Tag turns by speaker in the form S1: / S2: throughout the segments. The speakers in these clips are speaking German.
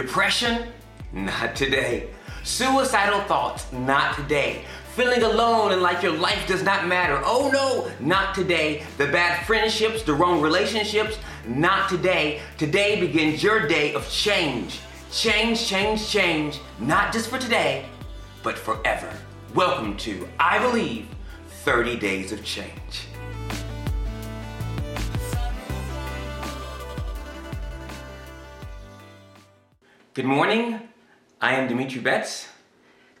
S1: Depression? Not today. Suicidal thoughts? Not today. Feeling alone and like your life does not matter? Oh no, not today. The bad friendships, the wrong relationships? Not today. Today begins your day of change. Change, change, change. Not just for today, but forever. Welcome to, I believe, 30 Days of Change. Good morning. I am Dimitri Betts,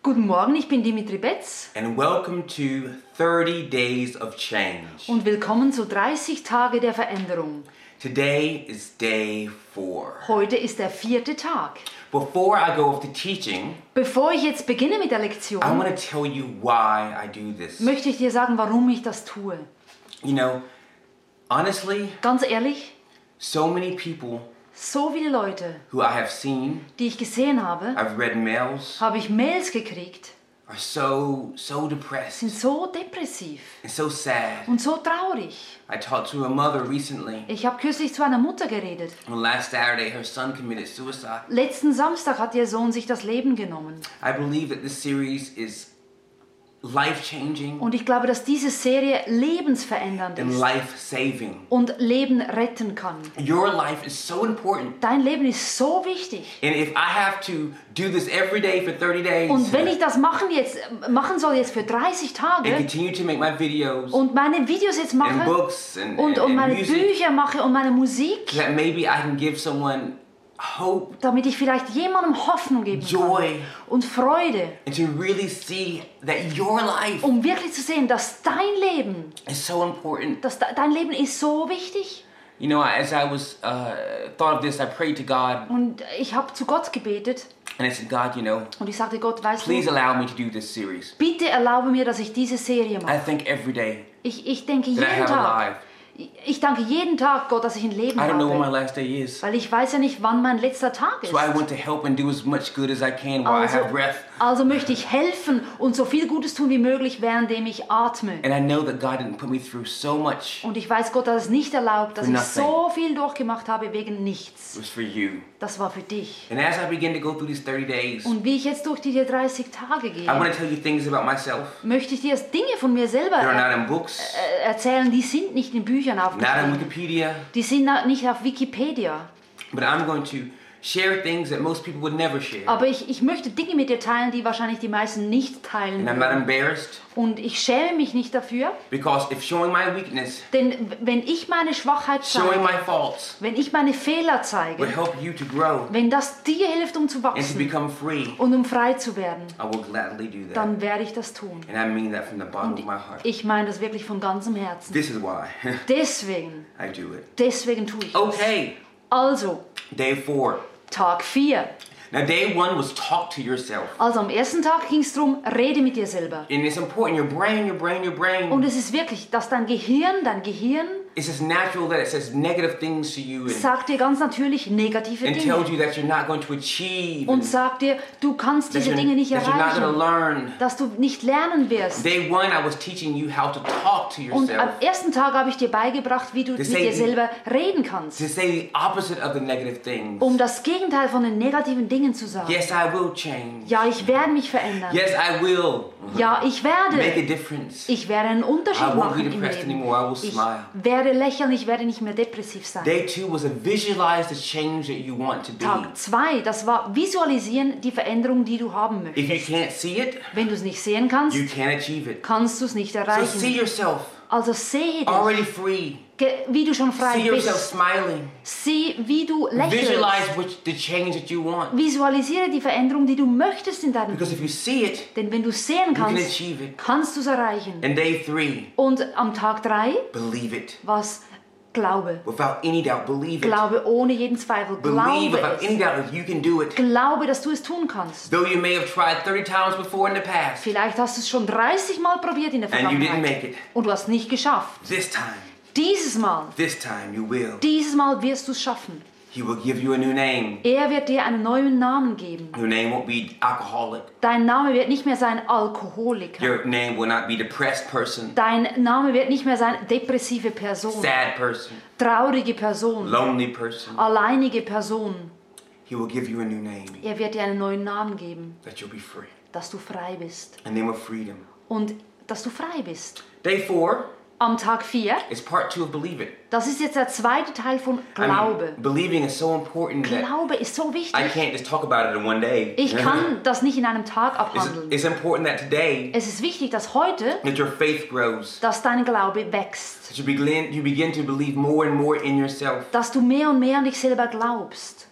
S2: Guten Morgen, ich bin Dimitri Betz
S1: and welcome to 30 Days of Change.
S2: und willkommen zu 30 Tage der Veränderung.
S1: Today is day four.
S2: Heute ist der vierte Tag.
S1: Before I go with the teaching,
S2: Bevor ich jetzt beginne mit der
S1: I
S2: Lektion,
S1: want to tell you why I do this.
S2: möchte ich dir sagen, warum ich das tue.
S1: You know, honestly,
S2: Ganz ehrlich,
S1: so many people
S2: so viele Leute,
S1: who I have seen,
S2: die ich gesehen habe,
S1: I've read mails,
S2: habe ich Mails gekriegt,
S1: are so, so
S2: sind
S1: depressed
S2: so depressiv
S1: and so sad.
S2: und so traurig.
S1: I talked to a mother recently.
S2: Ich habe kürzlich zu einer Mutter geredet.
S1: On last Saturday, her son committed suicide.
S2: Letzten Samstag hat ihr Sohn sich das Leben genommen.
S1: I believe that this series is life changing
S2: Und ich glaube, dass diese Serie lebensverändernd
S1: and
S2: ist
S1: life saving.
S2: und Leben retten kann.
S1: Your life is so important.
S2: Dein Leben ist so wichtig.
S1: And if I have to do this every day for 30 days
S2: Und wenn ich das machen, jetzt, machen soll jetzt für 30
S1: and
S2: Tage
S1: continue to make my videos
S2: und meine Videos jetzt
S1: and
S2: mache
S1: books and, and-
S2: und, und
S1: and
S2: meine
S1: music,
S2: Bücher mache und meine Musik,
S1: that maybe I can give someone hope
S2: damit ich vielleicht jemandem Hoffnung geben
S1: Joy.
S2: kann und Freude,
S1: and to really see that your life
S2: um wirklich zu sehen, dass dein Leben,
S1: is so important.
S2: dass de- dein Leben ist so wichtig.
S1: You know, I- as I was uh, thought of this, I prayed to God
S2: Und ich habe zu Gott gebetet
S1: and I said, God, you know,
S2: und ich sagte, Gott, weißt
S1: please
S2: du,
S1: allow me to do this series.
S2: bitte erlaube mir, dass ich diese Serie
S1: I
S2: mache.
S1: think every day
S2: Ich, ich denke
S1: that I
S2: jeden
S1: have a
S2: Tag,
S1: life.
S2: ich danke jeden Tag Gott, dass ich ein Leben
S1: I don't know when my
S2: habe,
S1: last day is.
S2: weil ich weiß ja nicht, wann mein letzter Tag ist.
S1: So I want to help and do as much good as I can while I
S2: Also,
S1: have breath.
S2: also möchte ich helfen und so viel Gutes tun wie möglich, währenddem ich atme.
S1: And I know that God didn't put me through so much.
S2: Und ich weiß Gott, dass es nicht erlaubt, dass
S1: For
S2: ich
S1: nothing.
S2: so viel durchgemacht habe wegen
S1: It
S2: nichts.
S1: was for you.
S2: Das war für dich.
S1: And as I begin to go through these 30 days,
S2: Und wie ich jetzt durch diese 30 Tage gehe,
S1: I want to tell you things about myself
S2: möchte ich dir jetzt Dinge von mir selber
S1: that are
S2: er
S1: not in books,
S2: erzählen, die sind nicht in Büchern
S1: not in
S2: aufgeschrieben.
S1: Wikipedia,
S2: Die sind na- nicht auf Wikipedia.
S1: but I'm going to share things that most people would never share.
S2: Aber ich, ich möchte Dinge mit dir teilen, die wahrscheinlich die meisten nicht
S1: And
S2: teilen.
S1: I'm
S2: würden.
S1: not embarrassed
S2: Und ich schäme mich nicht dafür,
S1: because if showing my weakness,
S2: denn w- wenn ich meine Schwachheit
S1: showing
S2: zeige,
S1: my faults
S2: wenn ich meine Fehler zeige,
S1: will help you to grow
S2: Wenn das dir hilft, um zu
S1: and to
S2: wachsen
S1: become free,
S2: und um frei zu werden,
S1: I will gladly do that.
S2: dann werde ich das tun.
S1: And I mean that from the bottom of my heart.
S2: Ich meine das wirklich von ganzem Herzen.
S1: This is why
S2: Deswegen,
S1: I do it.
S2: deswegen tue ich das.
S1: Okay,
S2: Also,
S1: day four.
S2: Tag 4.
S1: Now, day one was talk to yourself.
S2: Also am ersten Tag ging es darum, rede mit dir selber.
S1: And it's important. Your brain, your brain, your brain.
S2: Und es ist wirklich, dass dein Gehirn, dein Gehirn
S1: It's just natural that it says negative things to you and,
S2: sagt dir ganz natürlich negative
S1: and
S2: Dinge.
S1: tells you that you're not going to achieve
S2: Und
S1: and
S2: sagt dir, du kannst
S1: that
S2: diese
S1: you're,
S2: Dinge nicht
S1: that you're not going to
S2: erreichen,
S1: learn.
S2: dass du nicht lernen wirst.
S1: Day one, I was teaching you how to talk to
S2: Und am
S1: yourself,
S2: ersten Tag habe ich dir beigebracht, wie du mit
S1: say-
S2: dir selber reden kannst.
S1: to say the opposite of the negative things.
S2: um das Gegenteil von den negativen Dingen zu sagen.
S1: Yes, I will change.
S2: Ja, ich werde mich verändern.
S1: Yes, I will
S2: Ja, ich
S1: make
S2: werde.
S1: a difference.
S2: Ich werde einen
S1: I
S2: Unterschied
S1: won't be
S2: machen im
S1: depressed
S2: Leben.
S1: anymore. I will
S2: Ich
S1: smile.
S2: werde lächeln, ich werde nicht mehr depressiv sein.
S1: Day two was to visualize the change that you want to be.
S2: Tag 2, das war visualisieren die Veränderung, die du haben möchtest.
S1: If you can't see it,
S2: Wenn du es nicht sehen
S1: you
S2: kannst,
S1: can't achieve it.
S2: kannst du es nicht
S1: So see
S2: erreichen.
S1: yourself
S2: Also sehe dich,
S1: already free.
S2: ge- wie du schon frei
S1: See yourself
S2: bist.
S1: smiling.
S2: Sieh, wie du
S1: Visualize
S2: lächelst.
S1: what, the change that you want.
S2: Visualisiere die Veränderung, die du möchtest in deinem
S1: Because
S2: Leben.
S1: if you see it,
S2: Denn wenn du sehen
S1: you can
S2: kannst,
S1: achieve it.
S2: kannst du es erreichen.
S1: And day three,
S2: Und am Tag 3
S1: believe it.
S2: was Glaube.
S1: Without any doubt, believe it.
S2: Glaube ohne jeden Zweifel.
S1: Believe
S2: Glaube
S1: without any
S2: es.
S1: doubt that you can do it.
S2: Glaube, dass du es tun kannst.
S1: Though you may have tried 30 times before in the past,
S2: Vielleicht hast du es schon 30 Mal probiert in der
S1: And you didn't
S2: Vergangenheit.
S1: make it.
S2: Und du hast nicht geschafft.
S1: this time,
S2: Dieses Mal,
S1: this time you will.
S2: dieses Mal wirst du es schaffen.
S1: He will give you a new name.
S2: Er wird dir einen neuen Namen geben.
S1: Your name won't be alcoholic.
S2: Dein Name wird nicht mehr sein Alkoholiker.
S1: Your name will not be depressed person,
S2: Dein Name wird nicht mehr sein depressive Person,
S1: sad person,
S2: traurige Person,
S1: lonely person.
S2: alleinige Person.
S1: He will give you a new name,
S2: Er wird dir einen neuen Namen geben,
S1: that you'll be free.
S2: dass du frei bist.
S1: A name of freedom.
S2: Und dass du frei bist.
S1: Day four
S2: Am Tag 4,
S1: is part two of Believe It.
S2: das ist jetzt der zweite Teil von
S1: I mean,
S2: Glaube.
S1: believing is so important that
S2: Glaube ist so
S1: I
S2: wichtig.
S1: can't just talk about it in one day.
S2: Ich kann das nicht in einem Tag
S1: It's,
S2: abhandeln.
S1: it's important that today
S2: Es ist wichtig, dass heute,
S1: that your faith grows,
S2: dass dein Glaube wächst.
S1: that you begin you begin to believe more and more in yourself.
S2: Dass du mehr und mehr an dich selber glaubst.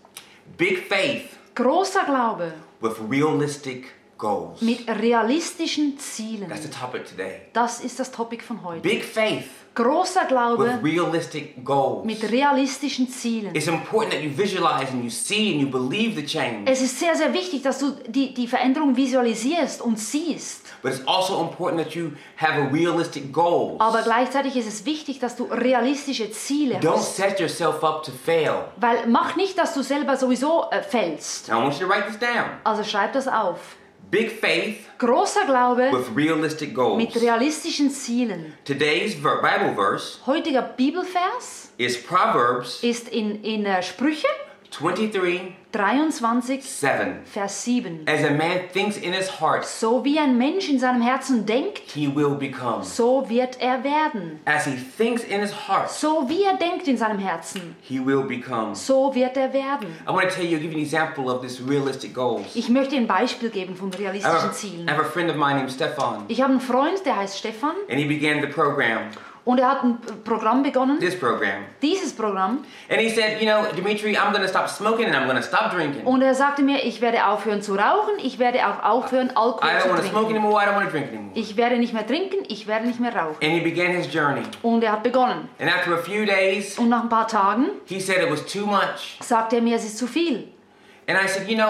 S1: Big faith
S2: Großer Glaube
S1: with realistic goals.
S2: mit realistischen
S1: That's the
S2: Zielen.
S1: topic today.
S2: Das ist das Topic von heute.
S1: Big faith
S2: Großer
S1: with
S2: Glaube
S1: realistic goals.
S2: mit realistischen Zielen.
S1: It's important that you visualize and you see and you believe the change.
S2: Es ist sehr, sehr wichtig, dass du die, die Veränderung visualisierst und siehst.
S1: But it's also important that you have a realistic goal.
S2: Aber gleichzeitig ist es wichtig, dass du realistische Ziele
S1: Don't
S2: hast.
S1: set yourself up to fail.
S2: Weil mach nicht, dass du selber sowieso äh, fällst.
S1: Now I want you to write this down.
S2: Also schreib das auf.
S1: Big faith
S2: Großer Glaube
S1: with realistic goals.
S2: mit realistischen Zielen.
S1: Today's ver- Bible verse
S2: Heutiger Bibelvers
S1: is Proverbs
S2: ist in, in äh, Sprüche
S1: 23
S2: 23,
S1: 7.
S2: Vers 7.
S1: As a man thinks in his heart,
S2: So wie ein Mensch in seinem Herzen denkt,
S1: he will become.
S2: so wird er werden.
S1: As he thinks in his heart,
S2: So wie er denkt in seinem Herzen,
S1: he will become.
S2: so wird er werden.
S1: I want to tell you, give you an example of this realistic goals.
S2: Ich möchte ein Beispiel geben von
S1: I
S2: realistischen
S1: have, a, I
S2: Zielen.
S1: have a friend of mine named Stefan,
S2: Ich habe einen Freund, der heißt Stefan
S1: and he began the program,
S2: und er hat ein P- Programm begonnen,
S1: this program.
S2: dieses Programm,
S1: And he said, you know, Dimitri, I'm going to stop smoking and I'm going to stop drinking.
S2: und er sagte mir, ich werde aufhören zu rauchen, ich werde auch aufhören,
S1: I
S2: Alkohol
S1: don't
S2: zu
S1: want to smoke
S2: trinken.
S1: anymore. I don't want to drink anymore.
S2: Ich werde nicht mehr trinken, ich werde nicht mehr rauchen.
S1: And he began his journey.
S2: Und er hat begonnen.
S1: And after a few days,
S2: Und nach ein paar Tagen
S1: he said it was too much.
S2: sagte er mir, es ist zu viel.
S1: And I said, you know,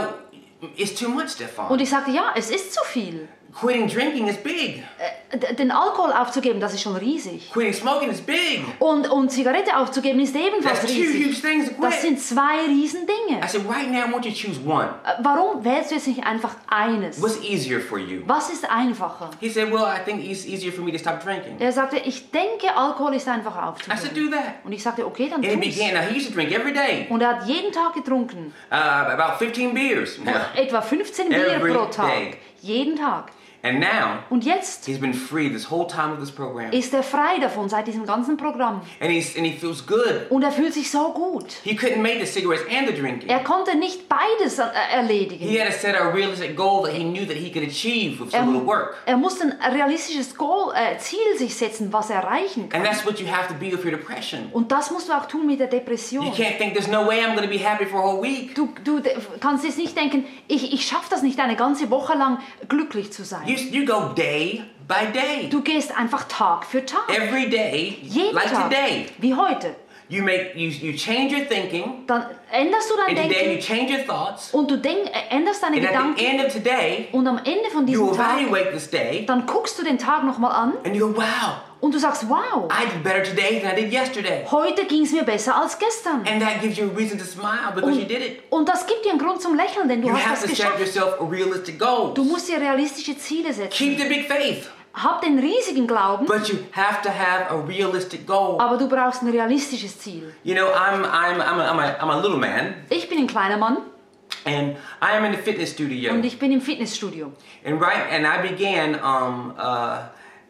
S1: it's too much,
S2: Und
S1: Stefan.
S2: ich sagte, ja, es ist zu viel.
S1: Quitting drinking is big.
S2: Äh, d- Den Alkohol aufzugeben, das ist schon riesig.
S1: Quitting smoking is big.
S2: Und, und Zigarette aufzugeben ist ebenfalls
S1: That's two huge
S2: riesig.
S1: things to
S2: Das
S1: quit.
S2: sind zwei riesen Dinge.
S1: I said, right now, I want you to choose one.
S2: Äh, Warum wählst du jetzt nicht einfach eines?
S1: What's easier for you?
S2: Was ist einfacher?
S1: He said, well, I think it's easier for me to stop drinking.
S2: Er sagte, ich denke, Alkohol ist einfacher
S1: I said,
S2: aufzugeben.
S1: do that.
S2: Und ich sagte, okay, dann
S1: And he
S2: tu's.
S1: began. Now, he used to drink every day,
S2: Und er hat jeden Tag getrunken.
S1: uh, about 15 beers. Now.
S2: Etwa 15 Bier
S1: Every
S2: pro Tag.
S1: day.
S2: Jeden Tag.
S1: And now,
S2: Und jetzt
S1: he's been free this whole time of this program.
S2: ist er frei davon seit diesem ganzen Programm.
S1: And, he's, and he feels good.
S2: Und er fühlt sich so gut.
S1: He couldn't make the cigarettes and the drinking.
S2: Er konnte nicht beides äh,
S1: He
S2: erledigen.
S1: had to set a realistic goal that he knew that he could achieve with
S2: Er,
S1: some little work.
S2: er musste ein realistisches Goal, äh, Ziel sich setzen, was er erreichen
S1: And
S2: kann.
S1: that's what you have to be with your depression.
S2: Und das musst du auch tun mit der Depression.
S1: You can't think there's no way I'm going to be happy for a whole week.
S2: Du, du de- kannst jetzt nicht denken, ich, ich schaffe das nicht, eine ganze Woche lang glücklich zu sein.
S1: You, you go day by day.
S2: Du gehst einfach Tag für Tag.
S1: Every day,
S2: Jeden
S1: like
S2: Tag.
S1: today,
S2: Wie heute.
S1: you make you, you change your thinking,
S2: Dann änderst du dein
S1: and today
S2: Denken
S1: you change your thoughts,
S2: und du denk, äh, änderst deine
S1: and at the
S2: Gedanken.
S1: end of today,
S2: Und am Ende von
S1: you
S2: diesem Tag,
S1: evaluate this day,
S2: dann guckst du den Tag nochmal an
S1: and you go, "Wow,
S2: und du sagst, wow,
S1: I did better today than I did yesterday,"
S2: heute ging es mir besser als gestern.
S1: and that gives you a reason to smile because you did it.
S2: Und das gibt dir einen Grund zum Lächeln, denn du
S1: You
S2: hast
S1: have
S2: das
S1: to set
S2: geschafft.
S1: yourself realistic
S2: Du
S1: goals.
S2: musst dir realistische Ziele setzen.
S1: Keep the big faith,
S2: Hab den riesigen Glauben,
S1: but you have to have a realistic goal.
S2: aber du brauchst ein realistisches Ziel.
S1: You know, I'm I'm I'm a, I'm a, I'm a little man.
S2: Ich bin ein kleiner Mann
S1: and I am in the fitness studio.
S2: und ich bin im Fitnessstudio.
S1: and right, and I began um uh,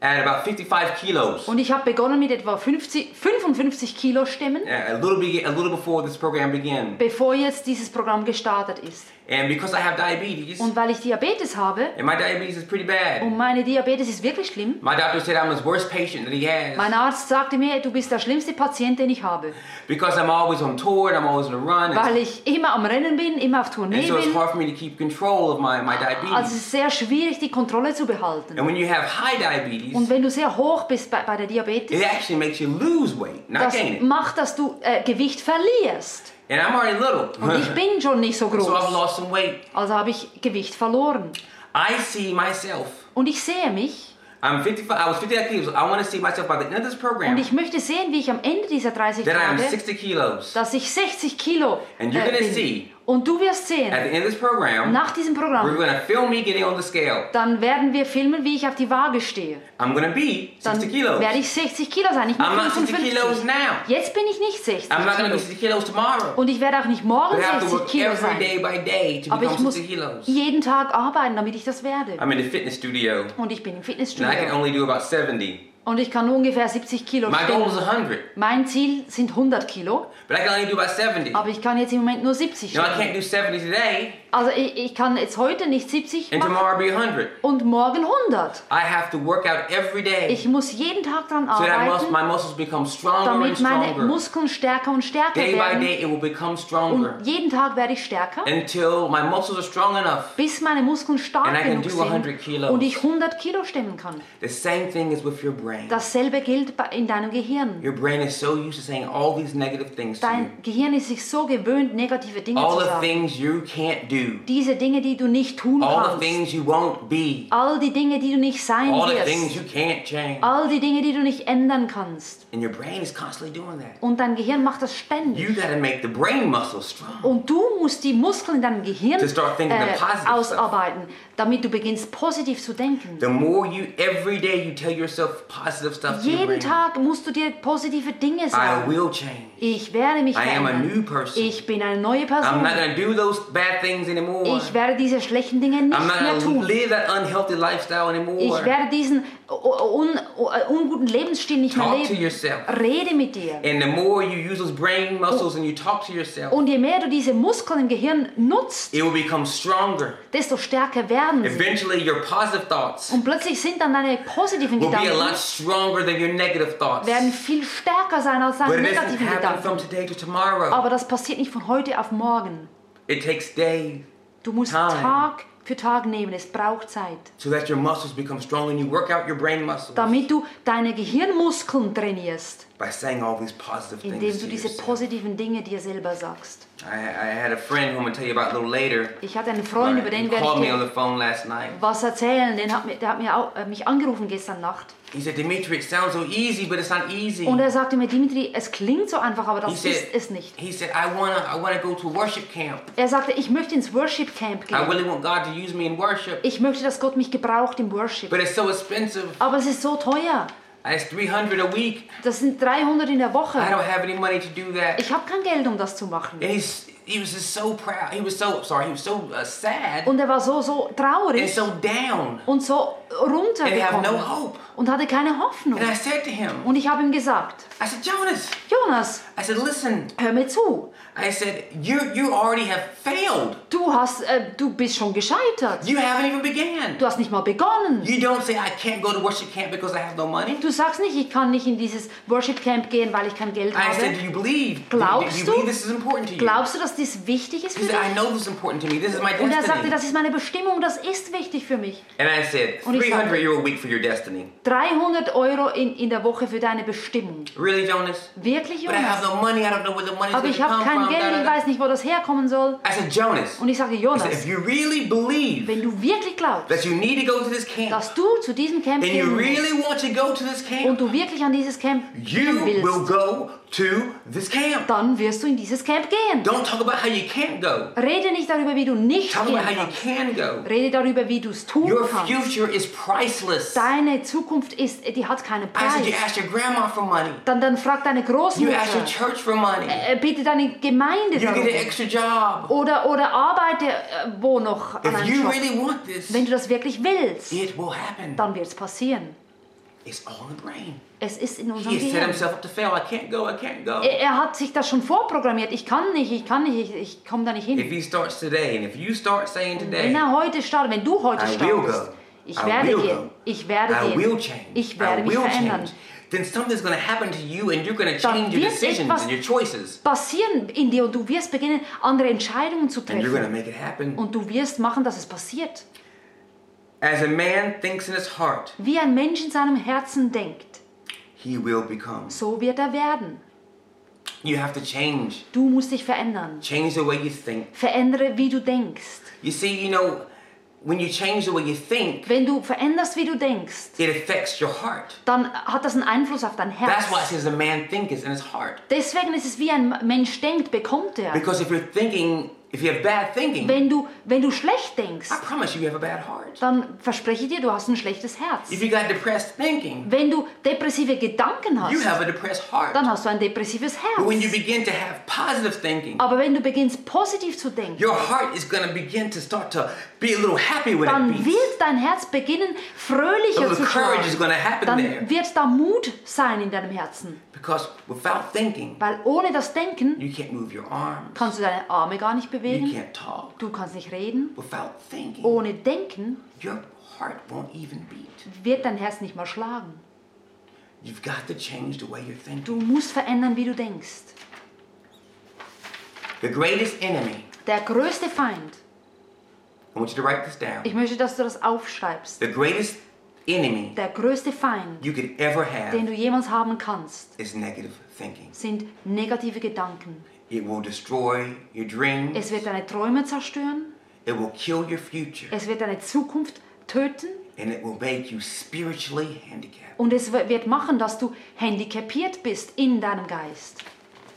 S1: at about 55 kilos,
S2: Und ich habe begonnen mit etwa 50, 55 Kilo Stemmen,
S1: a a little be- a little before this program began.
S2: bevor jetzt dieses Programm gestartet ist.
S1: And because I have diabetes,
S2: Und weil ich Diabetes habe,
S1: and my diabetes is pretty bad,
S2: und meine Diabetes ist wirklich schlimm,
S1: my doctor said I'm his worst patient that he has
S2: mein Arzt sagte mir, du bist der schlimmste Patient, den ich habe.
S1: because I'm always on tour and I'm always on a run. And,
S2: Weil ich immer am Rennen bin, immer auf
S1: and
S2: Tournee
S1: so it's
S2: bin.
S1: hard for me to keep control of my, my
S2: Also es
S1: diabetes.
S2: ist sehr schwierig, die Kontrolle zu behalten.
S1: And when you have high
S2: Und
S1: diabetes,
S2: wenn du sehr hoch bist bei, bei der Diabetes,
S1: it actually makes you lose weight, not
S2: das
S1: gain it.
S2: macht, dass du äh, Gewicht verlierst.
S1: And I'm already little,
S2: Und ich bin schon nicht so
S1: so I've
S2: groß.
S1: lost some weight.
S2: Also habe ich Gewicht verloren.
S1: I see myself
S2: Und ich sehe mich
S1: I'm 55. I was 55 kilos. I want to see myself by the end of this program
S2: und ich möchte sehen, wie ich am Ende dieser 30
S1: that I am
S2: Tage,
S1: 60 kilos.
S2: dass ich 60 Kilo
S1: And you're
S2: äh,
S1: gonna
S2: bin.
S1: see
S2: Und du wirst
S1: At
S2: sehen,
S1: the end of this program,
S2: nach diesem
S1: we're
S2: Programm,
S1: going to film me getting on the scale.
S2: dann werden wir filmen, wie ich auf die Waage stehe.
S1: I'm going to be
S2: Dann
S1: 60 kilos.
S2: werde ich 60 Kilo sein. Ich bin
S1: I'm not 60 kilos
S2: 55.
S1: now.
S2: Jetzt bin ich nicht 60
S1: I'm not going to be
S2: Kilo.
S1: 60 kilos tomorrow.
S2: Und ich werde auch nicht morgen
S1: But I have to
S2: 60
S1: work
S2: Kilo
S1: every
S2: sein.
S1: day by day to
S2: Aber ich
S1: become
S2: muss
S1: 60 kilos.
S2: jeden Tag arbeiten, damit ich das werde.
S1: I'm in the fitness studio,
S2: Und ich bin im
S1: and I can
S2: Fitnessstudio.
S1: only do about 70.
S2: Und ich kann nur ungefähr 70 Kilo
S1: My goal
S2: stemmen.
S1: is 100,
S2: Mein Ziel sind 100 Kilo,
S1: but I can only do about 70.
S2: aber ich kann jetzt im Moment nur 70
S1: No, I
S2: stemmen.
S1: can't do 70 today,
S2: Also ich, ich kann jetzt heute nicht 70
S1: and
S2: machen
S1: tomorrow be 100.
S2: und morgen 100.
S1: I have to work out every day
S2: Ich muss jeden Tag daran
S1: so that mus-
S2: arbeiten,
S1: my muscles become stronger and
S2: damit meine
S1: stronger.
S2: Muskeln stärker und stärker
S1: Day by
S2: werden.
S1: day, it will become stronger
S2: Und jeden Tag werde ich stärker,
S1: until my muscles are strong enough.
S2: bis meine Muskeln
S1: And I
S2: stark
S1: can
S2: genug
S1: do 100
S2: sind
S1: kilos.
S2: und ich 100 Kilo stemmen kann.
S1: The same thing is with your brain.
S2: Dasselbe gilt bei- in deinem Gehirn.
S1: Your brain is so used to saying all these negative things to you,
S2: Dein Gehirn ist sich so gewöhnt, negative Dinge
S1: all
S2: zu
S1: the
S2: sagen.
S1: things you can't do,
S2: Diese Dinge, die du nicht tun
S1: all the
S2: kannst.
S1: things you won't be,
S2: All die Dinge, die du nicht sein
S1: all the things
S2: wirst.
S1: you can't change.
S2: All die Dinge, die du nicht ändern kannst.
S1: And your brain is constantly doing that.
S2: Und dein Gehirn macht das
S1: You
S2: ständig.
S1: gotta make the brain muscles strong.
S2: Und du musst die Muskeln in deinem Gehirn
S1: To start thinking the
S2: äh,
S1: positive stuff.
S2: ausarbeiten, damit du beginnst, positiv zu denken.
S1: The more you, every day you tell yourself positive stuff to your
S2: Jeden
S1: brain,
S2: Tag musst du dir positive Dinge
S1: I
S2: sagen.
S1: will change.
S2: Ich werde mich
S1: I am a new
S2: verändern.
S1: person.
S2: Ich bin eine neue
S1: I'm
S2: Person.
S1: not gonna do those bad things anymore.
S2: Ich werde diese schlechten Dinge
S1: I'm
S2: nicht
S1: not
S2: mehr
S1: gonna
S2: tun.
S1: live that unhealthy lifestyle
S2: Ich
S1: anymore.
S2: werde diesen un, un, unguten Lebensstil nicht mehr
S1: Talk to
S2: leben.
S1: yourself.
S2: Rede mit dir.
S1: And the more you use those brain muscles and you talk to yourself,
S2: Und je mehr du diese Muskeln im Gehirn nutzt,
S1: it will become stronger.
S2: desto stärker werden sie.
S1: Eventually, your positive thoughts
S2: Und plötzlich sind dann deine positiven
S1: will be a
S2: Gedanken
S1: lot stronger than your negative thoughts.
S2: werden viel stärker sein als deine
S1: But it doesn't
S2: negativen
S1: happen from
S2: Gedanken.
S1: today to tomorrow.
S2: Aber das passiert nicht von heute auf morgen.
S1: It takes days
S2: Du musst
S1: Time.
S2: Tag für Tag nehmen. Es braucht Zeit,
S1: so that your muscles become strong and you work out your brain muscles
S2: damit du deine Gehirnmuskeln trainierst,
S1: by saying all these positive
S2: indem
S1: things.
S2: du
S1: To
S2: diese
S1: yourself.
S2: positiven Dinge dir selber sagst.
S1: I, I had a friend who I'm gonna tell you about a little later.
S2: Ich hatte einen Freund, über
S1: He
S2: den werde ich
S1: called me on
S2: dir
S1: the phone last night.
S2: was erzählen. Den hat, mir- der hat mir auch, äh, mich angerufen gestern Nacht.
S1: He said, Dimitri, it sounds so easy, but it's not easy.
S2: Und er sagte mir, Dimitri, es klingt so einfach, aber
S1: He
S2: das
S1: said,
S2: ist es nicht.
S1: He said, I wanna, I wanna go to worship camp.
S2: Er sagte, ich möchte ins Worship Camp
S1: I
S2: gehen.
S1: really want God to use me in worship,
S2: Ich möchte, dass Gott mich gebraucht im Worship.
S1: but it's so expensive.
S2: Aber es ist so teuer.
S1: It's 300 a week.
S2: Das sind 300 in der
S1: I
S2: Woche.
S1: don't Eh- have any money to do that.
S2: Ich habe kein Geld, um das zu machen.
S1: And he's, he was just so proud. He was so sorry. He was so uh, sad
S2: Und er war so, so
S1: and
S2: traurig
S1: Eh, so down.
S2: und so
S1: And have
S2: runtergekommen
S1: no hope.
S2: und hatte keine Hoffnung.
S1: And I said to him,
S2: Und ich habe ihm gesagt,
S1: I said, Jonas,
S2: Jonas,
S1: I said, listen.
S2: hör mir zu.
S1: I said, you you already have failed.
S2: Du hast, äh, du bist schon gescheitert.
S1: You haven't even began.
S2: Du hast nicht mal begonnen.
S1: You don't say I can't go to worship camp because I have no money.
S2: Du sagst nicht, ich kann nicht in dieses Worship Camp gehen, weil ich kein Geld
S1: I said,
S2: habe.
S1: do you believe? Do, do
S2: Glaubst
S1: you
S2: du?
S1: believe this is important to you?
S2: Glaubst du, dass dies wichtig ist
S1: He
S2: für
S1: said, I
S2: dich?
S1: know this is important to me. This is my
S2: Und er sagte,
S1: destiny.
S2: das ist meine Bestimmung, das ist wichtig für mich.
S1: And I said,
S2: Und ich
S1: 300
S2: sagte-
S1: euro a week for your destiny.
S2: 300 Euro in, in der Woche für deine Bestimmung.
S1: Really, Jonas?
S2: Wirklich,
S1: But I have no
S2: Jonas?
S1: money. I don't know where the money's
S2: Aber
S1: going
S2: ich
S1: to
S2: habe
S1: come
S2: kein
S1: from.
S2: Geld,
S1: da,
S2: ich
S1: da, da.
S2: weiß nicht, wo das herkommen soll.
S1: I said, Jonas,
S2: Und ich sage,
S1: I said,
S2: Jonas,
S1: if you really believe
S2: wenn du wirklich glaubst,
S1: that you need to go to this camp
S2: dass du zu diesem Camp
S1: and you
S2: gehen musst
S1: really want to go to this camp,
S2: und du wirklich an dieses Camp
S1: you
S2: gehen
S1: will
S2: willst,
S1: go to this camp.
S2: dann wirst du in dieses Camp gehen.
S1: Don't talk about how you can't go.
S2: Rede nicht darüber, wie du nicht
S1: Talk
S2: gehen
S1: about how you
S2: kannst.
S1: can go.
S2: Rede darüber, wie du es tun
S1: Your
S2: kannst.
S1: future is priceless.
S2: Deine Zukunft ist, die hat keinen
S1: I said, you
S2: Preis.
S1: asked your grandma for money.
S2: Dann, dann frag deine
S1: Also You asked your
S2: Großmutter,
S1: church for money.
S2: äh, bitte deine Gemeinde
S1: You get an
S2: darum.
S1: extra job.
S2: Oder, oder arbeite äh, wo noch an
S1: If
S2: einem
S1: you
S2: Job.
S1: really want this,
S2: Wenn du das wirklich willst,
S1: it will happen.
S2: dann wird es passieren.
S1: It's all in the brain.
S2: Es ist in unserem
S1: He has set
S2: Gehirn.
S1: himself up to fail. I can't go. I can't go.
S2: Er, er hat sich das schon vorprogrammiert. Ich kann nicht, ich kann nicht, ich, ich komme da nicht hin.
S1: If he starts today, and if you start saying
S2: Wenn
S1: today,
S2: er heute startet, wenn du heute
S1: I will
S2: startest,
S1: go. I
S2: ich werde
S1: will
S2: gehen,
S1: go.
S2: ich werde
S1: I will
S2: gehen,
S1: change.
S2: ich
S1: I
S2: werde mich
S1: will
S2: verändern.
S1: change. Then something's going to happen to you, and you're going to
S2: Dann
S1: change your
S2: wird
S1: decisions
S2: etwas-
S1: and your choices.
S2: Passieren in dir und du wirst beginnen, andere Entscheidungen zu
S1: And you're going to
S2: treffen.
S1: make it happen.
S2: Und du wirst machen, dass es passiert.
S1: As a man thinks in his heart,
S2: Wie ein Mensch in seinem Herzen denkt,
S1: he will become.
S2: so wird er werden.
S1: You have to change.
S2: Du musst dich verändern.
S1: Change the way you think.
S2: Verändere, wie du denkst.
S1: You see, you know, when you change the way you think,
S2: Wenn du veränderst, wie du denkst,
S1: it affects your heart.
S2: dann hat das einen Einfluss auf dein
S1: That's why it
S2: Herz.
S1: says a man thinketh in his heart.
S2: Deswegen ist es wie ein Mensch denkt, bekommt er.
S1: Because if you're thinking If you have bad thinking,
S2: Wenn du, wenn du schlecht denkst,
S1: I promise you, you have a bad heart.
S2: dann verspreche ich dir, du hast ein schlechtes Herz.
S1: If you got depressed thinking,
S2: Wenn du depressive Gedanken
S1: you
S2: hast,
S1: have a depressed heart.
S2: dann hast du ein depressives
S1: But when you
S2: Herz.
S1: begin to have positive thinking,
S2: Aber wenn du beginnst, positiv zu denken,
S1: your heart is going to begin to start to be a little happy when it
S2: dann
S1: beats.
S2: wird dein Herz beginnen,
S1: A
S2: fröhlicher
S1: little
S2: zu
S1: courage is
S2: schlagen.
S1: going to happen there.
S2: Dann wird da Mut sein in deinem Herzen.
S1: Because without thinking,
S2: Weil ohne das Denken
S1: you can't move your arms.
S2: kannst du deine Arme gar nicht
S1: You
S2: bewegen.
S1: can't talk.
S2: Du kannst nicht reden.
S1: Without thinking,
S2: Ohne Denken
S1: your heart won't even beat.
S2: wird dein Herz nicht mal schlagen.
S1: You've got to change the way you're thinking.
S2: Du musst verändern, wie du denkst.
S1: The greatest enemy,
S2: Der größte Feind,
S1: I want you to write this down.
S2: ich möchte, dass du das aufschreibst.
S1: The greatest enemy
S2: Der größte Feind,
S1: you could ever
S2: den
S1: have
S2: du jemals haben kannst,
S1: is negative thinking.
S2: sind negative Gedanken.
S1: It will destroy your dreams.
S2: Es wird deine Träume zerstören.
S1: It will kill your future.
S2: Es wird deine Zukunft töten.
S1: and it will make you spiritually handicapped.
S2: Und es wird machen, dass du handicapiert bist in deinem Geist.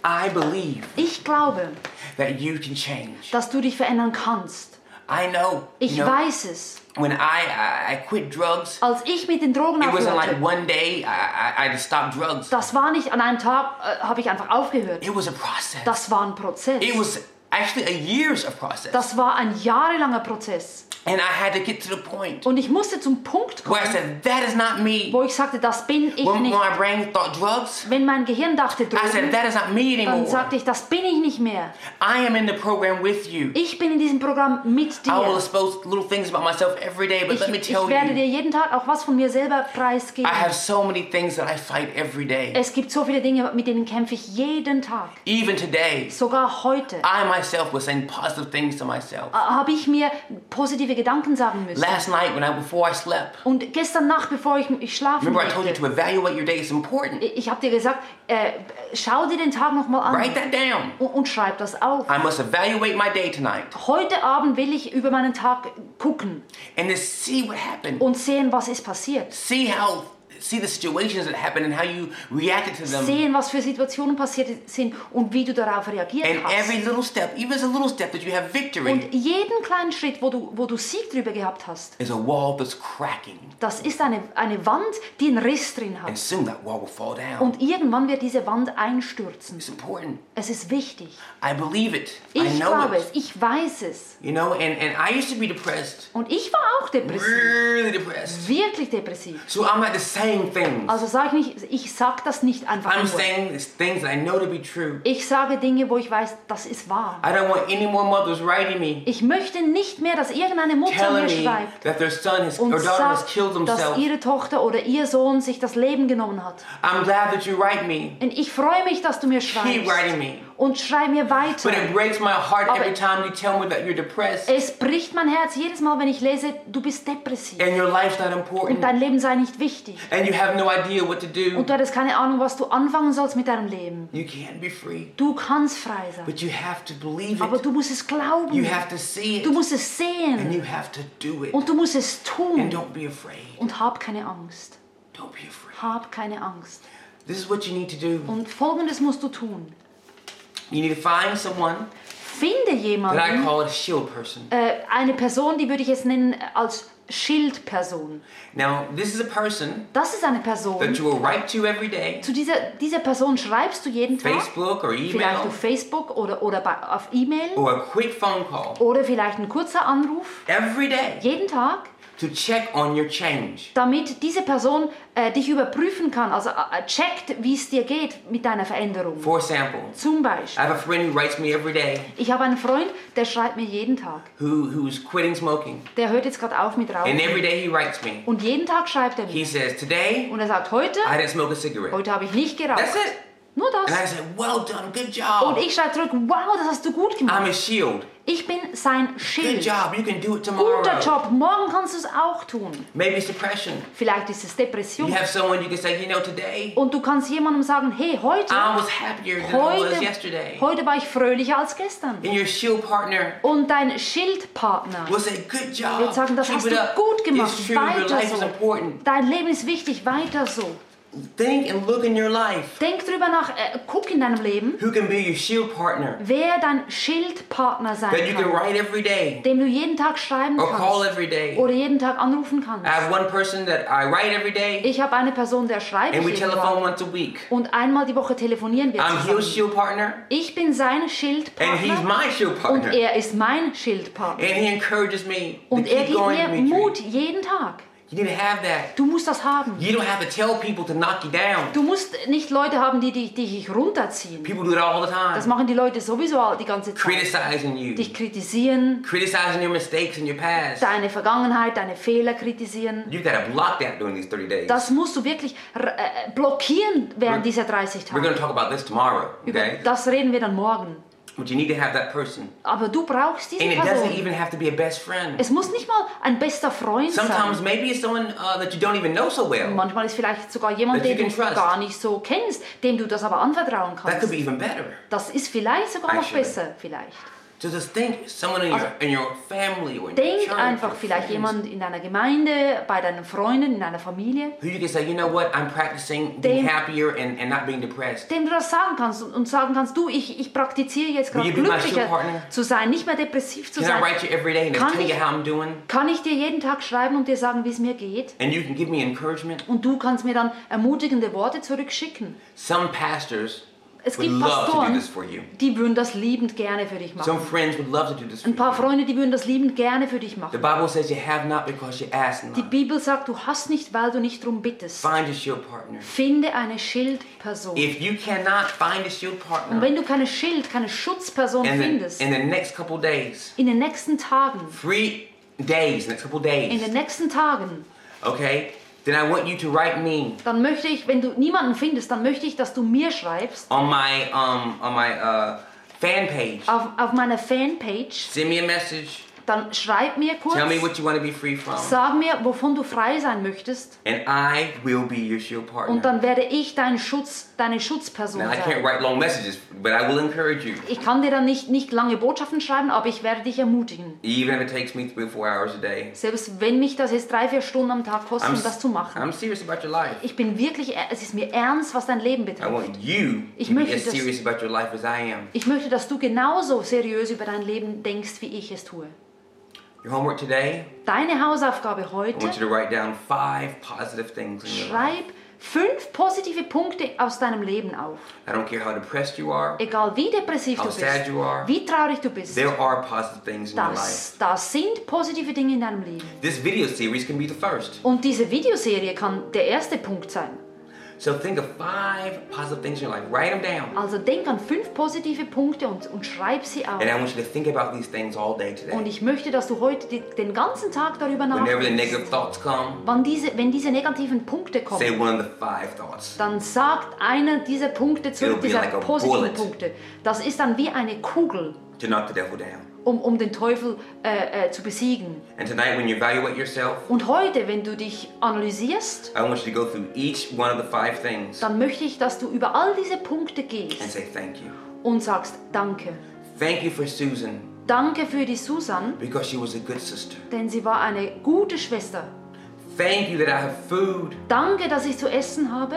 S1: I believe
S2: Ich glaube,
S1: that you can change.
S2: dass du dich verändern kannst.
S1: I know.
S2: Ich
S1: you know,
S2: weiß es.
S1: When I, I I quit drugs,
S2: Als ich mit den Drogen
S1: it wasn't like
S2: aufhörte,
S1: one day I I, I just stopped drugs.
S2: das war nicht an einem Tag, äh, habe ich einfach aufgehört.
S1: It was a process.
S2: Das war ein Prozess.
S1: It was actually a years of process.
S2: Das war ein jahrelanger Prozess.
S1: and I had to get to the point
S2: Und ich musste zum Punkt
S1: where I
S2: kommen,
S1: said that is not me.
S2: wo ich sagte, das bin ich
S1: When
S2: nicht.
S1: my brain thought drugs,
S2: Wenn mein Gehirn dachte
S1: I said
S2: Drogen,
S1: that is not me
S2: dann
S1: anymore.
S2: sagte ich, das bin ich nicht mehr.
S1: I am in the program with you.
S2: Ich bin in diesem Programm mit
S1: I will
S2: dir.
S1: expose little things about myself every day, but
S2: Ich,
S1: let me
S2: ich
S1: tell
S2: werde
S1: you,
S2: dir jeden Tag auch was von mir selber preisgeben.
S1: I have so many things that I fight every day.
S2: Es gibt so viele Dinge, mit denen kämpfe ich jeden Tag.
S1: Even today,
S2: Sogar heute äh,
S1: I myself was saying positive things to myself.
S2: habe ich mir positive Gedanken sagen müssen.
S1: Last night, when I before I slept,
S2: Und gestern Nacht, bevor ich, ich schlafen
S1: remember I told you to
S2: wollte,
S1: evaluate your day. It's important.
S2: ich habe dir gesagt, äh, schau dir den Tag nochmal
S1: Write
S2: an
S1: that down.
S2: und, und schreib das auf.
S1: I must evaluate my day tonight
S2: Heute Abend will ich über meinen Tag gucken
S1: and just see what happened.
S2: und sehen, was ist passiert.
S1: See how, see the situations that happened and how you reacted to them.
S2: Sehen, was für Situationen passiert sind und wie du darauf
S1: And
S2: reagiert hast.
S1: every little step, even as a little step that you have victory,
S2: Und jeden kleinen Schritt, wo du, wo du Sieg drüber gehabt hast,
S1: is a wall that's cracking,
S2: das ist eine, eine Wand, die einen Riss drin
S1: and
S2: hat.
S1: soon that wall will fall down.
S2: Und irgendwann wird diese Wand einstürzen.
S1: It's important.
S2: Es ist wichtig.
S1: I believe it. I
S2: Ich
S1: know
S2: glaube
S1: it.
S2: es, ich weiß es.
S1: You know, and and I used to be depressed,
S2: Und ich war auch depressiv.
S1: really depressed.
S2: Wirklich depressiv.
S1: So I'm not just saying things.
S2: Also sag ich nicht, ich sag das nicht einfach
S1: I'm
S2: nur.
S1: saying these things that I know to be true.
S2: Ich sage Dinge, wo ich weiß, das ist wahr.
S1: I don't want any more mothers writing me,
S2: Ich möchte nicht mehr, dass irgendeine Mutter
S1: telling
S2: mir
S1: me
S2: schreibt
S1: that their son has,
S2: und
S1: or daughter has
S2: sagt,
S1: killed
S2: dass
S1: themselves.
S2: ihre Tochter oder ihr Sohn sich das Leben genommen hat.
S1: I'm glad that you write me,
S2: Und ich freue mich, dass du mir schreibst
S1: writing me.
S2: und schreib mir weiter.
S1: but it breaks my heart
S2: Aber-
S1: every time you tell me that you're depressed
S2: Es bricht mein Herz jedes Mal, wenn ich lese, du bist depressiv
S1: and your life's not
S2: und
S1: important
S2: dein Leben sei nicht wichtig
S1: and you have no idea what to do.
S2: und du hattest keine Ahnung, was du anfangen sollst mit deinem Leben.
S1: You can't be free,
S2: Du kannst frei sein,
S1: but you have to believe
S2: aber
S1: it.
S2: du musst es
S1: You
S2: glauben,
S1: have to see
S2: du
S1: it,
S2: musst es
S1: and
S2: sehen
S1: you have to do it.
S2: und du musst es
S1: And
S2: tun
S1: don't be afraid.
S2: und hab keine Angst.
S1: Don't be afraid.
S2: Hab keine Angst.
S1: This is what you need to do.
S2: Und folgendes musst du tun.
S1: You need to find someone
S2: Finde
S1: that I
S2: jemanden,
S1: call a shield person.
S2: äh, eine Person, die würde ich jetzt nennen äh, als Schildperson.
S1: Now, this is a person
S2: Das ist eine Person.
S1: that you will write to every day,
S2: Zu dieser, dieser Person schreibst du jeden Tag,
S1: Facebook or
S2: vielleicht
S1: email,
S2: auf Facebook oder, oder bei, auf E-Mail
S1: or a quick phone call
S2: oder vielleicht ein kurzer Anruf,
S1: every day
S2: jeden Tag,
S1: to check on your change.
S2: damit diese Person äh, dich überprüfen kann, also äh, checkt, wie es dir geht mit deiner Veränderung.
S1: For example,
S2: Zum
S1: I
S2: Beispiel,
S1: have a friend who writes me every day
S2: ich habe einen Freund, der schreibt mir jeden Tag.
S1: who who's quitting smoking,
S2: Der hört jetzt gerade auf mit
S1: and
S2: Rauchen.
S1: every day he writes me.
S2: Und jeden Tag schreibt er mir.
S1: He says, "Today
S2: Und er sagt, heute,
S1: I didn't smoke a cigarette."
S2: heute habe ich nicht geraucht.
S1: That's it.
S2: Nur
S1: And I
S2: das.
S1: said, "Well done, good
S2: Und
S1: job."
S2: ich schreibe zurück, wow, das hast du gut
S1: I'm
S2: gemacht.
S1: a shield.
S2: Ich bin sein
S1: Good
S2: Schild.
S1: job. You can do it
S2: Guter
S1: tomorrow.
S2: Job, morgen kannst du es auch tun.
S1: Maybe it's depression.
S2: Vielleicht ist es
S1: You
S2: Depression.
S1: have someone you can say, "You know, today
S2: Und du kannst jemandem sagen, hey, heute,
S1: I was happier than I was yesterday."
S2: heute, heute war ich fröhlicher als gestern.
S1: And your shield partner
S2: Und dein Schildpartner
S1: will say, good job.
S2: wird sagen, das
S1: keep
S2: hast
S1: it
S2: du
S1: up.
S2: gut gemacht,
S1: It's true, your
S2: weiter
S1: life is
S2: so.
S1: important.
S2: Dein Leben ist wichtig, weiter so.
S1: Think and look in your life.
S2: Denk drüber nach, äh, guck in deinem Leben,
S1: Who can be your shield partner
S2: wer dein Schildpartner
S1: that
S2: sein
S1: you can
S2: kann,
S1: write every day
S2: dem du jeden Tag schreiben
S1: or call
S2: kannst
S1: every day?
S2: oder jeden Tag anrufen
S1: I
S2: kannst.
S1: have one person that I write every day
S2: Ich habe eine Person, der schreibt
S1: and we
S2: jeden
S1: telephone
S2: Tag
S1: once a week.
S2: und einmal die Woche telefonieren wir
S1: I'm his
S2: zusammen.
S1: shield partner
S2: Ich bin sein
S1: and he's
S2: Schildpartner
S1: my shield
S2: und
S1: partner. Oh,
S2: er ist mein Schildpartner.
S1: And he encourages me to
S2: Und er
S1: keep
S2: gibt
S1: going,
S2: mir
S1: Dimitri.
S2: Mut jeden Tag.
S1: You need to have that.
S2: Du musst das haben.
S1: You don't have to tell people to knock you down.
S2: Du musst nicht Leute haben, die dich, die dich runterziehen.
S1: People do it all the
S2: Das
S1: time.
S2: machen die Leute sowieso all- die ganze Zeit.
S1: Criticizing you,
S2: Dich kritisieren,
S1: criticizing your mistakes and your past.
S2: deine Vergangenheit, deine Fehler kritisieren.
S1: You gotta block that during these 30 days.
S2: Das musst du wirklich r- äh, blockieren während dieser 30
S1: We're
S2: Tage.
S1: gonna talk about this tomorrow,
S2: Über
S1: okay?
S2: das reden wir dann morgen.
S1: But you need to have that person.
S2: Aber du brauchst diese
S1: And it doesn't
S2: Person.
S1: even have to be a best friend.
S2: Es muss nicht mal ein bester Freund sein.
S1: Sometimes maybe it's someone uh, that you don't even know so well.
S2: Manchmal ist vielleicht sogar jemand,
S1: That you
S2: den du
S1: can trust.
S2: gar nicht so kennst, dem du das aber anvertrauen
S1: That could
S2: kannst.
S1: be even better.
S2: Das ist vielleicht sogar noch
S1: Actually.
S2: besser, vielleicht.
S1: So just think someone in your, in your family or in your
S2: Denk
S1: church
S2: einfach
S1: or
S2: vielleicht
S1: friends
S2: jemand in deiner Gemeinde, bei deinen Freunden, in deiner Familie,
S1: who you can say, you know what, I'm practicing being
S2: Dem-
S1: happier and, and not being depressed.
S2: dem du das sagen kannst und- und sagen kannst, du, ich, ich praktiziere jetzt
S1: Will
S2: gerade
S1: you be my
S2: glücklicher
S1: showpartner?
S2: zu sein, nicht mehr depressiv zu
S1: Can I
S2: sein.
S1: write you every day and
S2: Kann
S1: tell
S2: ich-
S1: you how I'm doing?
S2: Kann ich dir jeden Tag schreiben und dir sagen, wie es mir geht?
S1: And you can give me encouragement.
S2: Und du kannst mir dann ermutigende Worte zurückschicken.
S1: Some pastors
S2: Es
S1: would
S2: gibt
S1: love to do
S2: Pastoren,
S1: this for you.
S2: die würden das liebend gerne für dich machen.
S1: Some friends would love to do this for
S2: Ein paar
S1: you.
S2: Freunde, die würden das liebend gerne für dich
S1: The
S2: machen.
S1: Bible says you have not because you ask
S2: Die
S1: not.
S2: Bibel sagt, du hast nicht, weil du nicht drum bittest.
S1: Find a shield partner.
S2: Finde eine Schildperson.
S1: If you cannot find a shield
S2: Und
S1: partner
S2: wenn du keine Schild, keine Schutzperson
S1: in
S2: findest,
S1: the, in the next couple days,
S2: in den nächsten Tagen,
S1: three days, next couple
S2: in
S1: days,
S2: den nächsten Tagen,
S1: okay, then I want you to write me
S2: dann möchte ich, wenn du niemanden findest, dann möchte ich, dass du mir schreibst
S1: on my um on my uh fan page.
S2: auf, auf meiner Fanpage.
S1: Send me a message.
S2: Dann schreib mir kurz,
S1: Tell me what you want to be free from,
S2: sag mir, wovon du frei sein möchtest,
S1: and I will be your shield partner.
S2: und dann werde ich dein Schutz, deine Schutzperson
S1: Now, I can't
S2: sein.
S1: write long messages, but I will encourage you.
S2: Ich kann dir dann nicht, nicht lange Botschaften schreiben, aber ich werde dich ermutigen.
S1: Even if it takes me three or four hours a day.
S2: Selbst wenn mich das jetzt drei, vier Stunden am Tag kostet, um
S1: s-
S2: das zu machen.
S1: I'm serious about your life.
S2: Ich bin wirklich, er- es ist mir ernst, was dein Leben
S1: I
S2: betrifft.
S1: want you
S2: Ich
S1: to be
S2: möchte
S1: as
S2: das-
S1: serious about your life as I am.
S2: Ich möchte, dass du genauso seriös über dein Leben denkst, wie ich es tue.
S1: Your homework today,
S2: Deine Hausaufgabe
S1: I want you
S2: heute,
S1: to write down five positive things in your life.
S2: schreib fünf positive Punkte aus deinem Leben auf.
S1: I don't care how depressed you are,
S2: Egal wie depressiv
S1: How
S2: du bist,
S1: sad you are.
S2: wie traurig du bist,
S1: there are positive things in your life.
S2: das, das sind positive Dinge in deinem Leben.
S1: This video series can be the first.
S2: Und diese Videoserie kann der erste Punkt sein.
S1: So think of five positive things in your life. Write them down.
S2: Also denk an fünf positive Punkte und, und schreib sie auf.
S1: And I want you to think about these things all day
S2: Und
S1: today.
S2: ich möchte, dass du heute die, den ganzen Tag darüber
S1: Whenever the
S2: nachdenkst.
S1: negative thoughts come,
S2: Wann diese, wenn diese negativen Punkte kommen,
S1: say one of the five thoughts.
S2: dann sagt einer dieser Punkte
S1: It'll
S2: zurück,
S1: be
S2: dieser
S1: like a
S2: positiven
S1: bullet.
S2: Punkte. Das ist dann wie eine Kugel,
S1: to knock the devil down.
S2: um, um den Teufel äh, äh, zu besiegen.
S1: And tonight, when you evaluate yourself,
S2: Und heute, wenn du dich analysierst,
S1: I want you to go through each one of the five things
S2: dann möchte ich, dass du über all diese Punkte
S1: and
S2: gehst
S1: say thank you.
S2: und sagst Danke.
S1: Thank you for Susan
S2: Danke für die Susan,
S1: because she was a good sister.
S2: denn sie war eine gute Schwester.
S1: Thank you that I have food.
S2: Danke, dass ich zu essen habe.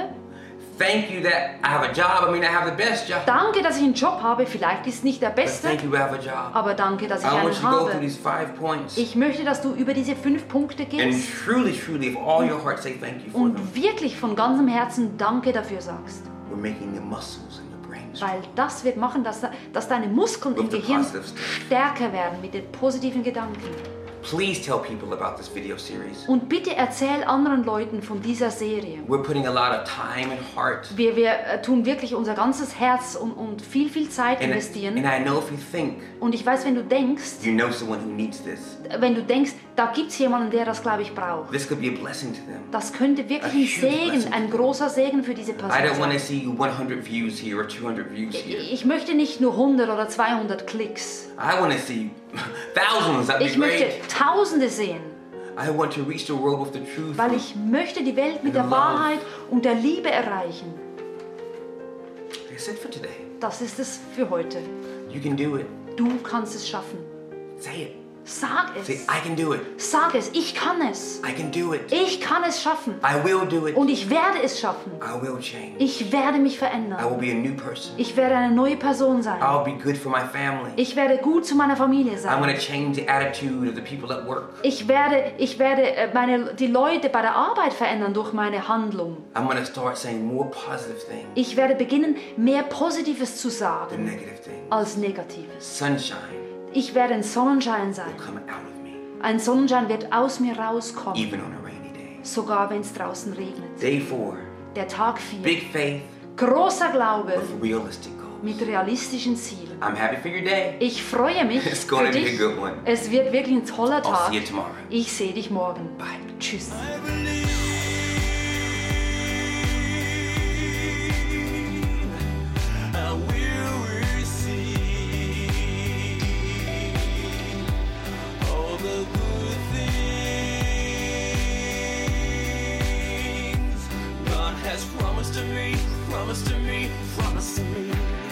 S1: Thank you that I have a job. I mean, I have the best job.
S2: Danke, dass ich einen Job habe. Vielleicht ist nicht der
S1: But
S2: beste,
S1: thank you, I have a job.
S2: aber danke, dass ich
S1: I want you
S2: einen
S1: to go through
S2: habe.
S1: these five points
S2: Ich möchte, dass du über diese fünf Punkte
S1: and
S2: gehst.
S1: truly, truly, of all your heart, say thank you for them.
S2: und wirklich von ganzem Herzen Danke dafür sagst.
S1: We're making the muscles in your brain. strong.
S2: Weil das wird machen, dass, dass deine Muskeln im
S1: With the
S2: Gehirn
S1: positive stuff.
S2: stärker werden mit den positiven Gedanken.
S1: Please tell people about this video series.
S2: Und bitte erzähl anderen Leuten von dieser Serie.
S1: We're putting a lot of time and heart.
S2: Wir, wir äh, tun wirklich unser ganzes Herz und, und viel, viel Zeit
S1: And, and
S2: investieren.
S1: I know if you think
S2: Und ich weiß, wenn du denkst,
S1: you know someone who needs this,
S2: wenn du denkst, da gibt es jemanden, der das, glaube ich, braucht.
S1: This could be a blessing to them.
S2: Das könnte wirklich
S1: A
S2: ein
S1: huge blessing.
S2: Segen, ein großer Segen für diese
S1: I don't want
S2: Person
S1: to
S2: sein.
S1: see 100 views here or 200 views here.
S2: Ich möchte nicht nur 100 oder 200 Klicks.
S1: I want to see thousands. That'd be
S2: Ich möchte
S1: great.
S2: Tausende sehen.
S1: I want to reach the world with the truth.
S2: weil ich möchte die Welt mit
S1: Love.
S2: der Wahrheit und der Liebe erreichen.
S1: That's it for today.
S2: Das ist es für heute.
S1: You can do it.
S2: Du kannst es schaffen.
S1: Say it.
S2: Sag
S1: See,
S2: es.
S1: I can do it.
S2: Sag es. Ich kann es.
S1: I can do it.
S2: Ich kann es schaffen.
S1: I will do it.
S2: Und ich werde es schaffen.
S1: I will change.
S2: Ich werde mich
S1: I
S2: verändern.
S1: will be a new person.
S2: Ich werde eine neue Person sein.
S1: I'll be good for my family.
S2: Ich werde gut zu meiner Familie
S1: I'm
S2: sein.
S1: gonna change the attitude of the people at work.
S2: Ich werde, ich werde äh, meine, die Leute bei der Arbeit verändern durch meine Handlung.
S1: I'm gonna start saying more positive things
S2: Ich werde beginnen, mehr Positives zu sagen
S1: than negative things.
S2: als Negatives.
S1: Sunshine
S2: Ich werde ein Sonnenschein sein.
S1: will come out of me,
S2: Ein Sonnenschein wird aus mir rauskommen,
S1: even on a rainy day.
S2: sogar wenn es draußen regnet.
S1: Day four,
S2: Der Tag 4.
S1: big faith
S2: Großer Glaube
S1: with realistic goals.
S2: mit realistischen Zielen.
S1: I'm happy for your day.
S2: Ich freue mich
S1: It's
S2: für
S1: gonna be
S2: dich.
S1: a good one.
S2: Es wird wirklich ein toller
S1: I'll
S2: Tag.
S1: see you tomorrow.
S2: Ich sehe dich morgen.
S1: Bye.
S2: Tschüss.
S3: God has promised to me, promised to me, promised to me.